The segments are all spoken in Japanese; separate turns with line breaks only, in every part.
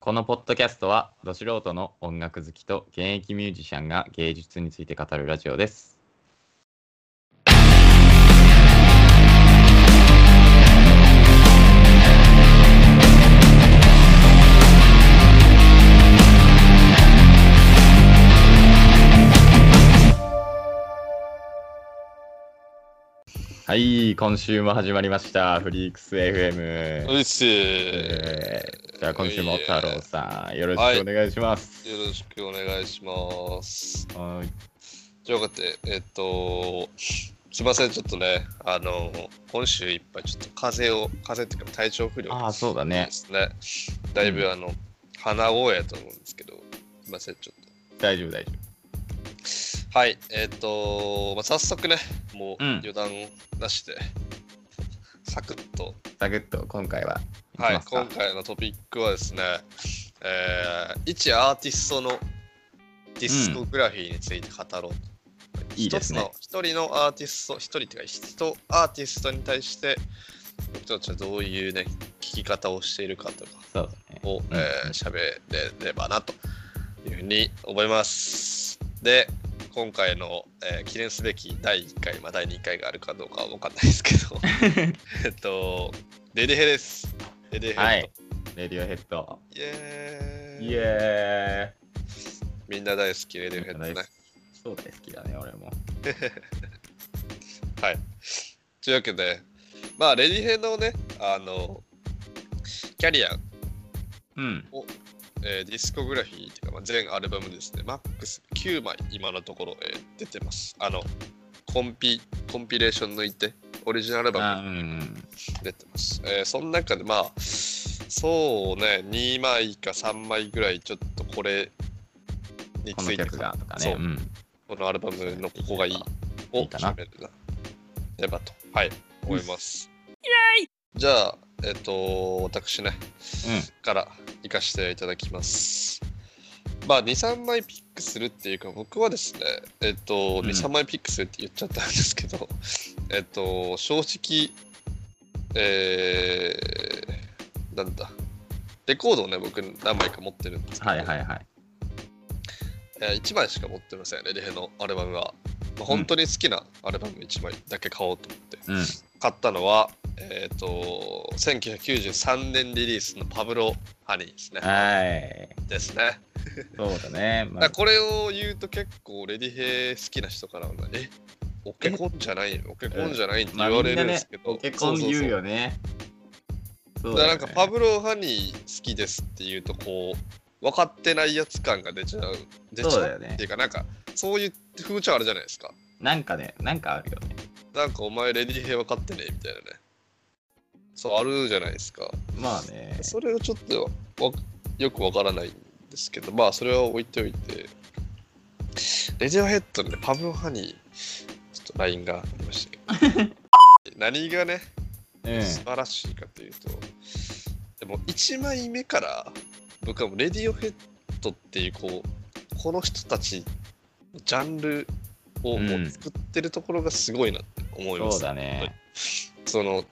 このポッドキャストは、ど素人の音楽好きと現役ミュージシャンが芸術について語るラジオです。はい、今週も始まりました。フリークス FM。
うっすー
えーじゃあ今週も太郎さんよろしくお願いします。
よろしくお願いします。
はい。
じゃあ分かって、えっと、すいません、ちょっとね、あの、今週いっぱいちょっと風邪を、風邪っていうか体調不良
ああ、そうだね
で。すね。だいぶあの、鼻声やと思うんですけど、すいません、ちょっ
大丈夫大丈
と。はい、えっと、まあ、早速ね、もう
うん
余談なしで、サクッと
夫。サクッと今回は行
は
き
い
ま、すか。
今回のトピックはですね、えー、一アーティストのディスコグラフィーについて語ろうと。
いいですね
一つの一人のアーティスト、一人っていうか、一アーティストに対して、僕たちはどういうね、聞き方をしているかとか
そうだね。
を喋、えー、喋れればなというふうに思います。で、今回の、えー記念すべき第1回、まあ、第2回があるかどうかは分かんないですけ ど、えっと、デデヘです。デデヘッド
はい。レディオヘッド。
イエーイ
イエ
みんな大好きレディオヘッド
ーイ
ね。。
そう大好きだね、俺も。
はい。というわけで、まあ、レディオヘッドのね、あの、キャリア、
うん。
えーディスコグラフィーっていうか、まあ、全アルバムですね、マックス9枚今のところ、えー出てます。あの、コンピ、コンピレーション抜いて、オリジナルアルバム
あうんうん。
出てます。えーその中でまあ、そうね、2枚か3枚ぐらい、ちょっとこれに
こ
つ
の
いて
曲がとか
そ
ね。
う
うん。
このアルバムのここがいいを
いいかな
決めるな。ればと、はい、思います。イエーイじゃあ、えっ、と、私ね、から行かせていただきます。まあ、2、3枚ピックするっていうか、僕はですね、えっ、と、
うん
2、3枚ピックするって言っちゃったんですけど、えっと、正直、えー、なんだ、レコードをね、僕何枚か持ってるんですけど、
はいはいはい。
えー1枚しか持ってません、レデヘのアルバムは。まあ、本当に好きなアルバム1枚だけ買おうと思って。
うん。
買ったのは、えっ、と、1993年リリースのパブロ・ハニーですね。
はい。
ですね。
そうだね。ま
だからこれを言うと結構レディヘイ好きな人からはね、えオケコンじゃないのオケコンじゃないって
まあ
言わ
み
れ
んな
る
ん
で
ね
すけ、ど。
お結婚
そうそうそう
言うよね。そ
だ
だ
か
よね
らなんかパブロ・ハニー好きですっていうとこう分かってないやつ感が出ちゃう出ち
そうだ
ゃ
よ
う
ね
っていうかなんかそういう風潮あるじゃないですか
なんかね、なんかあるよね。
なんかお前レディヘイ分かってねみたいなねそうあるじゃないですか
まあね。
それをちょっとわよくわからないんですけど、まあそれは置いておいて、レディオヘッドのねパブロハニー、ちょっと LINE がありましたけど、何がね、
うん。
素晴らしいかというと、でも1枚目から、僕はもうレディオヘッドっていう、こう、この人たちのジャンルをもう作ってるところがすごいなって思います。
そうだね。
その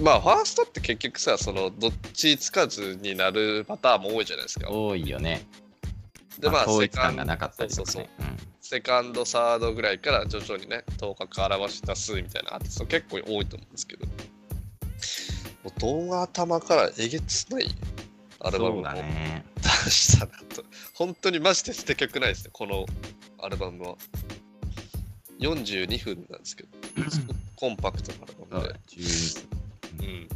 まあファーストって結局さそのどっちつかずになるパターンも多いじゃないですか。
多いよね。
でまあ
統
セ
一
カ
感が
ン
なかったりとか
そう
ね。
セカンドサードぐらいから徐々にね頭角表し出すみたいなアーティスト結構多いと思うんですけどもう動画頭からえげつないアルバム
そ
を
うだね。
出したなと、本当にマジで捨て曲ないですねこのアルバムは42分なんですけどすごくコンパクトなアルバム
そ
で
うだ。12
うん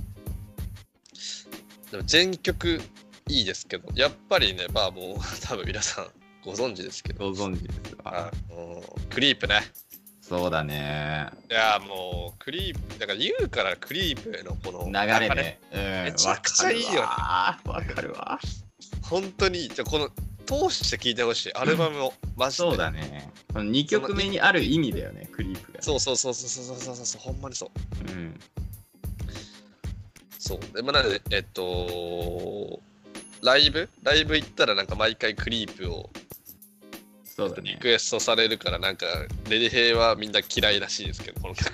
でも全曲いいですけど、やっぱりね、まあもう 多分皆さんご存知ですけど、
ご存知です
あ
か
のクリープね。
そうだね。
いやもうクリープ、だから言うからクリープへのこの
流れ。ね。うん。
めちゃくちゃいいよね
わかるわ。
本当にいい、じゃあこの通して聴いてほしい、アルバムを、マジで。
そうだね。この2曲目にある意味だよね、クリープが。
そうそうそうそうそうそうそうそう、ほんまにそう。
うん。
そう。でまあ、なので、えっと、ライブライブ行ったらなんか毎回クリープを
そうだ
リ
ね。
クエストされるからなんかレディヘイはみんな嫌いらしいですけどこ の曲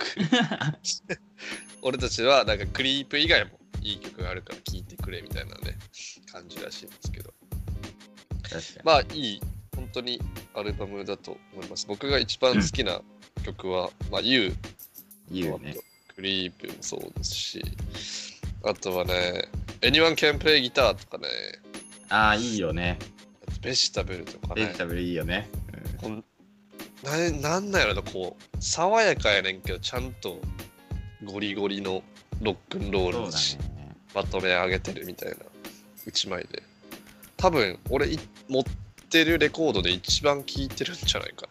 俺たちはなんかクリープ以外もいい曲があるから聴いてくれみたいなね感じらしいんですけど
確か
まあいい本当にアルバムだと思います僕が一番好きな曲は「まあ、You
に。」言うね。
クリープ」もそうですしあとはね「Anyone Can Play Guitar」とかね
ああ、いいよね。
あと「ベジタブル」とか
ベ
ね
ジタブルいいよね。うん
こんななんなんやろなこう爽やかやねんけどちゃんとゴリゴリのロックンロール
そう
に
だ
し
ね。
まとめ上げてるみたいな一枚で多分俺い持ってるレコードで一番聴いてるんじゃないか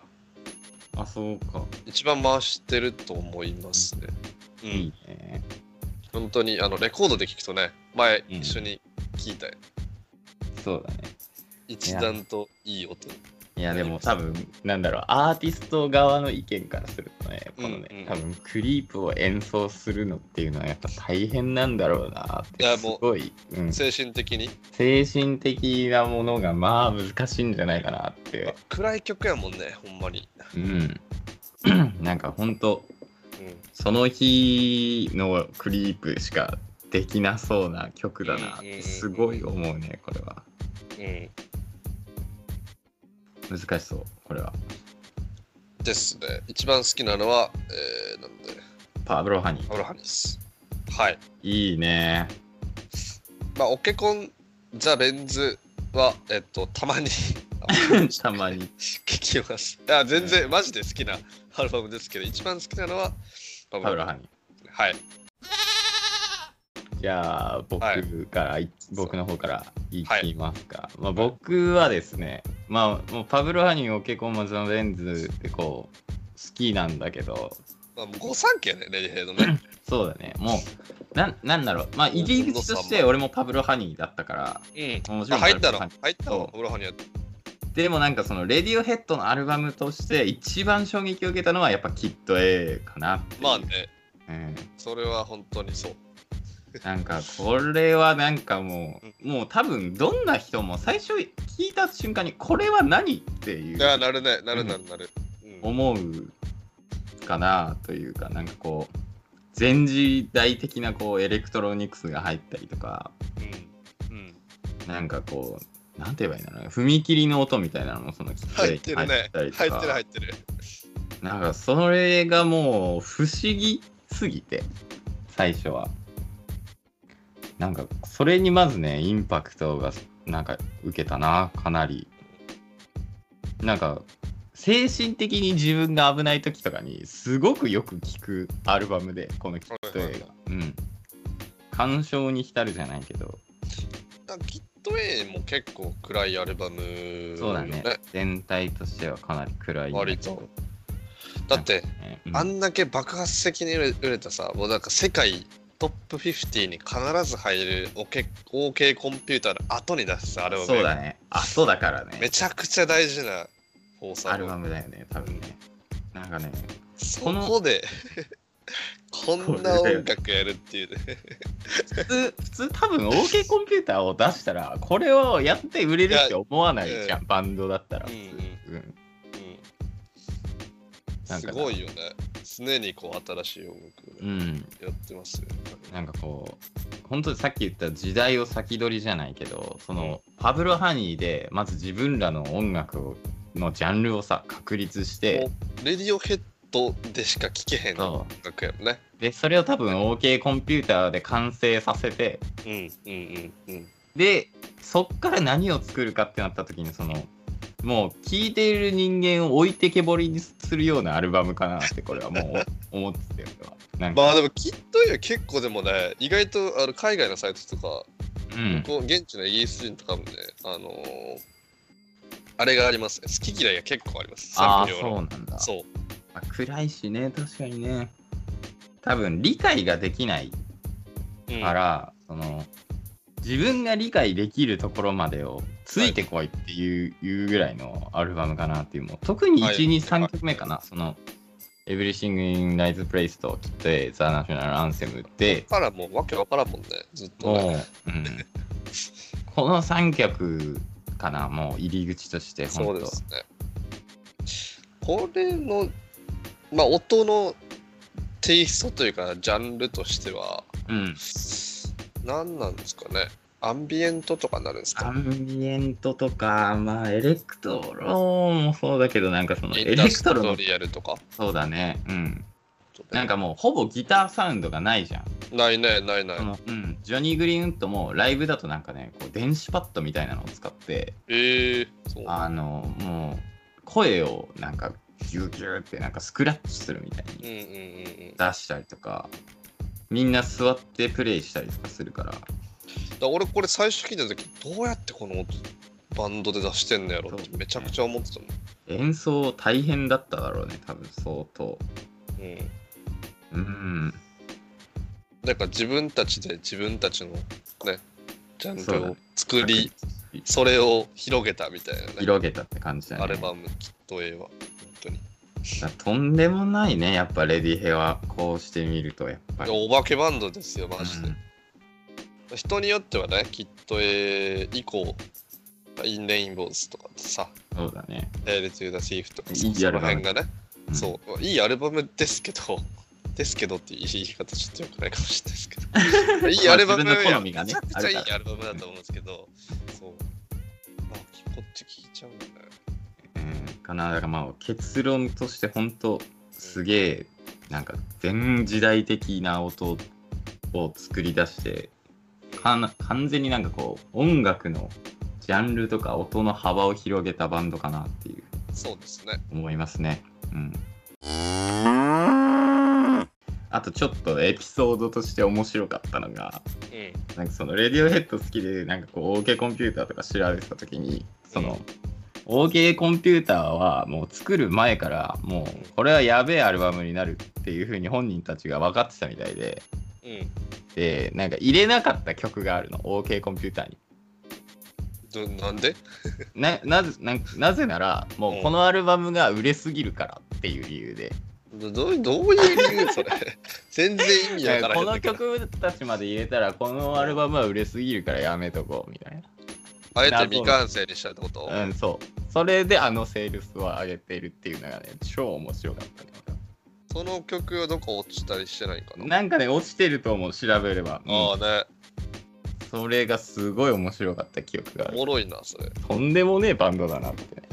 な
あ、そうか。
一番回してると思いますねう
い
ん
いね。
本当にあのレコードで聴くとね前
うん
一緒に聴いたよ
そうだね。
一段といい音
いやでも多分なんだろうアーティスト側の意見からするとねこのね、
うんうん
多分クリープを演奏するのっていうのはやっぱ大変なんだろうなって
いや
す
もう
ごい、うん、
精神的に
精神的なものがまあ難しいんじゃないかなって
暗い曲やもんねほんまに、
うん なんかほんと
うん
その日のクリープしかできなそうな曲だなっ
うんうんうんう
て
ん
すごい思うねこれは
うん、
難しそうこれは
ですね。一番好きなのは、えー、なんで、
パブロハニ
パブ
ー
ロ・ハニス。はい。
いい ね
まあ、オケコン・ザ・レンズは、えっと、たまに
たまに
聞きます。あ全然、マジで好きなアルバムですけど、一番好きなのは、パ
パブロハニー
ニー。はい。
じゃあ僕から、い僕の方からいきますか、まあ、僕はですねまあもうパブロ・ハニーを結構まずのレンズってこう好きなんだけど
まあ、もう御三家ね、レディヘイドね。
そうだねもうなんなんだろうまあ入り口として俺もパブロ・ハニーだったから
うん。
もちろ
あ
ん
入ったの
パブロハニー
入ったの
そう
パブロ・ハニーは。
でもなんかそのレディオヘッドのアルバムとして一番衝撃を受けたのはやっぱキッド A かなっていう
まあね、
うん
それは本当にそう。
なんかこれはなんかもう、もう多分どんな人も最初聞いた瞬間にこれは何ってい
いや、
う
なるね、なるなるなる。うん。
思うかなというかなんかこう前時代的なこうエレクトロニクスが入ったりとか
うんうん
なんかこうなんて言えばいいんだろうな踏切の音みたいなのもその
入ってるね。入
入ってたり
っる
とか
入ってる。
なんかそれがもう不思議すぎて最初はなんかそれにまずねインパクトがなんか受けたなかなりなんか精神的に自分が危ない時とかにすごくよく聞くアルバムでこのきっと
はい
映
はい
画うん鑑賞に浸るじゃないけど
なんかきっと A も結構暗いアルバム
そうだ
よ
ね全体としてはかなり暗い
割とだって、
ねうん
あんだけ爆発的に売れたさもうなんか世界トップ50に必ず入るオケ OK コンピューターの後に出すアルバム
そうだねあそうだからね
めちゃくちゃ大事な放送
アルバムだよね、多分ね。なんかね、
そ
この
こで こんな
これ
音楽やるっていうね
普通、普通多分 OK コンピューターを出したら、これをやって売れるって思わない
い
じ
や
ゃん、バンドだったら。
うん
うん
う、
なんん
す
かな
ごいよね常にこう新しい音楽
う
をね
ん、
やってますよね、
なんかこう本当にさっき言った時代を先取りじゃないけどそのパブロ・ハニーでまず自分らの音楽をのジャンルをさ確立して
もうレディオヘッドでしか聴けへん音
そ
楽やもんね。
うでそれを多分 OK コンピューターで完成させて
うんうんうんうん。
でそっから何を作るかってなった時にそのもう聴いている人間を置いてけぼりにするようなアルバムかなってこれはも う思ってて俺はなんか、
まあでもきっとよ結構でもね意外とあの海外のサイトとか、
うん、
こう現地のイギリス人とかもねあのーあれがありますね好き嫌いが結構あります
ああ
産業
そう
の
なんだ
そう
まあ暗いしね確かにね多分理解ができない
うん
から、その自分が理解できるところまでをついてこいっていう,、いうぐらいのアルバムかなっていうもう特に1、
はい
2、3曲目かな、その「Everything in Nice Place」と「きっと The National Anthem」で
からもうわけわからんもんねずっとね、
もう、うん、この3曲かなもう入り口としてほん
そ
と
うですねこれのまあ音のテイストというかジャンルとしては
うん
何なんですかねアンビエントとかになるんです
ア
か
ンビエントとか、まあ、エレクトロもそうだけど、なんかその、
イ
エ
ンダ
レ
ス
クトロ
ト
の、
リアルとか。
そうだね、うん。なんかもう、ほぼギターサウンドがないじゃん。
ないね、ないない
そ。のうん、ジョニー・グリーンウッドも、ライブだとなんかね、こう電子パッドみたいなのを使って、
ええー、そう。
あの、もう、声をなんか、ギュギュって、なんかスクラッチするみたい
うん
に
うんうんうん。
出
だ
したりとか、みんな座ってプレイしたりとかするから、
から俺これ最初聞いた時どうやってこの音バンドで出してんのやろってめちゃくちゃ思ってたの。
演奏大変だっただろうね、多分相当。う
うん。
ん。
なんか自分たちで自分たちのね、ジャン
そうだ
ルを作り、それを広げたみたいなね。
広げたって感じだね。
アルバムきっとええわ。本当に。
だとんでもないね、やっぱレディヘはこうしてみると、やっぱり。
お化けバンドですよ、マジで。
うん
人によってはね、きっとええ以降、インレインボーズとかさ、
そうだね。
エール・トゥ・ザ・シーフとかさ
いい
そ
ア
の
ルバム
辺がね、
うん
そう、いいアルバムですけど、 ですけどっていう言い方ちょっとよくないかもしれないです けど、いいアルバム
自分の
や
好みがね
めちゃくちゃい
ある
い
か
アルバムだと思うんですけど、そう。あ、こっち聞いちゃうんだよ。
うん、かな、だからまあ結論として本当すげえ、なんか全時代的な音を作り出して、かな完全になんかこう音楽のジャンルとか音の幅を広げたバンドかなっていう
そうですね。
思いますね。うん。あとちょっとエピソードとして面白かったのが、
うん。
なんかそのレディオヘッド好きでなんかこう OK コンピューターとか調べてた時にその OK コンピューターはもう作る前からもうこれはやべえアルバムになるっていう風に本人たちが分かってたみたいで
うん。
でなんか入れなかった曲があるの OK コンピューターに
どなんで
ななぜななぜならもうこのアルバムが売れすぎるからっていう理由で
どどうどういう理由それ 全然意味わからへ
こ
んね
の
んけど
曲たちまで入れたらこのアルバムは売れすぎるからやめとこうみたいな
あえて未完成にしたってこと、
うん、そう。それであのセールスを上げているっていうのがね、超面白かったね。
その曲はどこ落ちたりしてないかな、
なんかね、落ちてると思う、調べれば。
あ
うん
あ
それがすごい面白かった記憶があ
ねお
る。
もろいなそれ
とんでもねえバンドだなってね。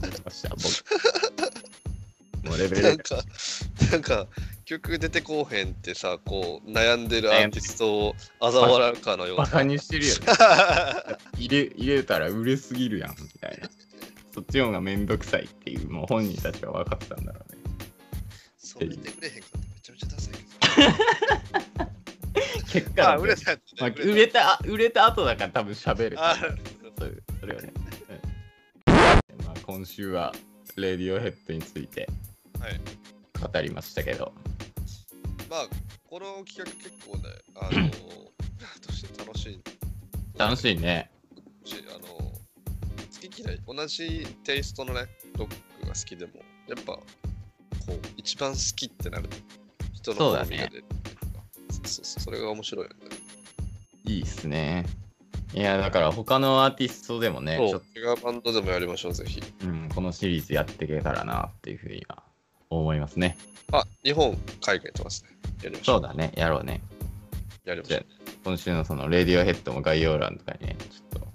思いました、僕。もうレベル
なん
が
かなんか曲出てこうへんってさこう悩んでるアーティストを嘲笑うかのよう
バ
な
カにしてるよね。入れ入れたら売れすぎるやん、みたいな。そっちの方がめんどくさいっていう、もう本人たちは分かってたんだろうね。
それてくれへんかってめちゃめちゃダサいけ
結
ど
果
あ売れたやつ
まあ
ね
売れた、売れた後だから多分喋ると思う。
あ
そういうそれはね。うんまあ、今週は、レディオヘッドについて
はい
語りましたけど、
まあこの企画結構ねあ のとして楽しい
楽しいね。
しあの好き嫌い同じテイストのねロックが好きでもやっぱこう一番好きってなると人の
そうだ
好
ね
みが出るっていうかそうそうそれが面白いよね
いいっすね。いや、だから他のアーティストでもね、ち
そ
ょ
う
っ
違うバンドでもやりましょうぜひ
と、うん、このシリーズやっていけたらなっていうふうには思いますね。
あ日本海外とますねやりましょ
そ
う
うだね、やろうね。
やりましょう
じ今週のその、レディオヘッドも概要欄とかにね、ちょっと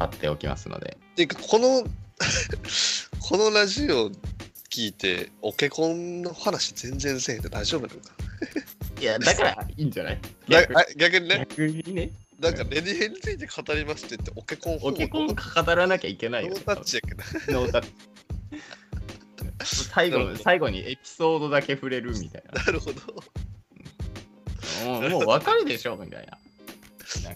貼っておきますので。
っていうかこの このラジオ聞いてオケコンの話全然せえへんで大丈夫なのか
いや、だから、いいんじゃない
逆逆にね
逆にね、
なんかレディヘンについて語りますって言ってオケコン
お結婚
ノ
語らなきゃいけないよね。
ータッチやっけな
ノータッチ最後
なる
の
ほど
最後にエピソードだけ触れるみたい
なるほど。
な。もうもうわかるでしょみたいな。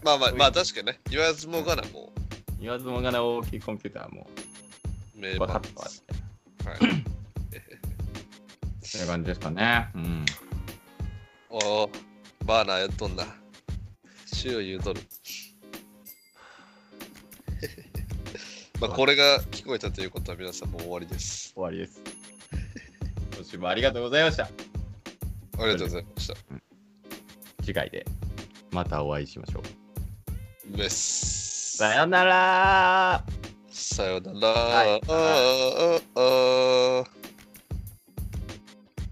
まあまあ、まあ確かにね、言わずもがなも
言わずもがな大きいコンピューターはも
う名
う、
盤
わかったわみたいな。
はい。
そういう感じですかね。うん。
おお、バーナーやっとんな。週言うとる。 まあこれが聞こえたということは皆さんもう終わりです。
終わりです。今週もありがとうございました。
ありがとうございました。
次回でまたお会いしましょう。
メス。
さよなら
さよなら。
はい
あーあーあー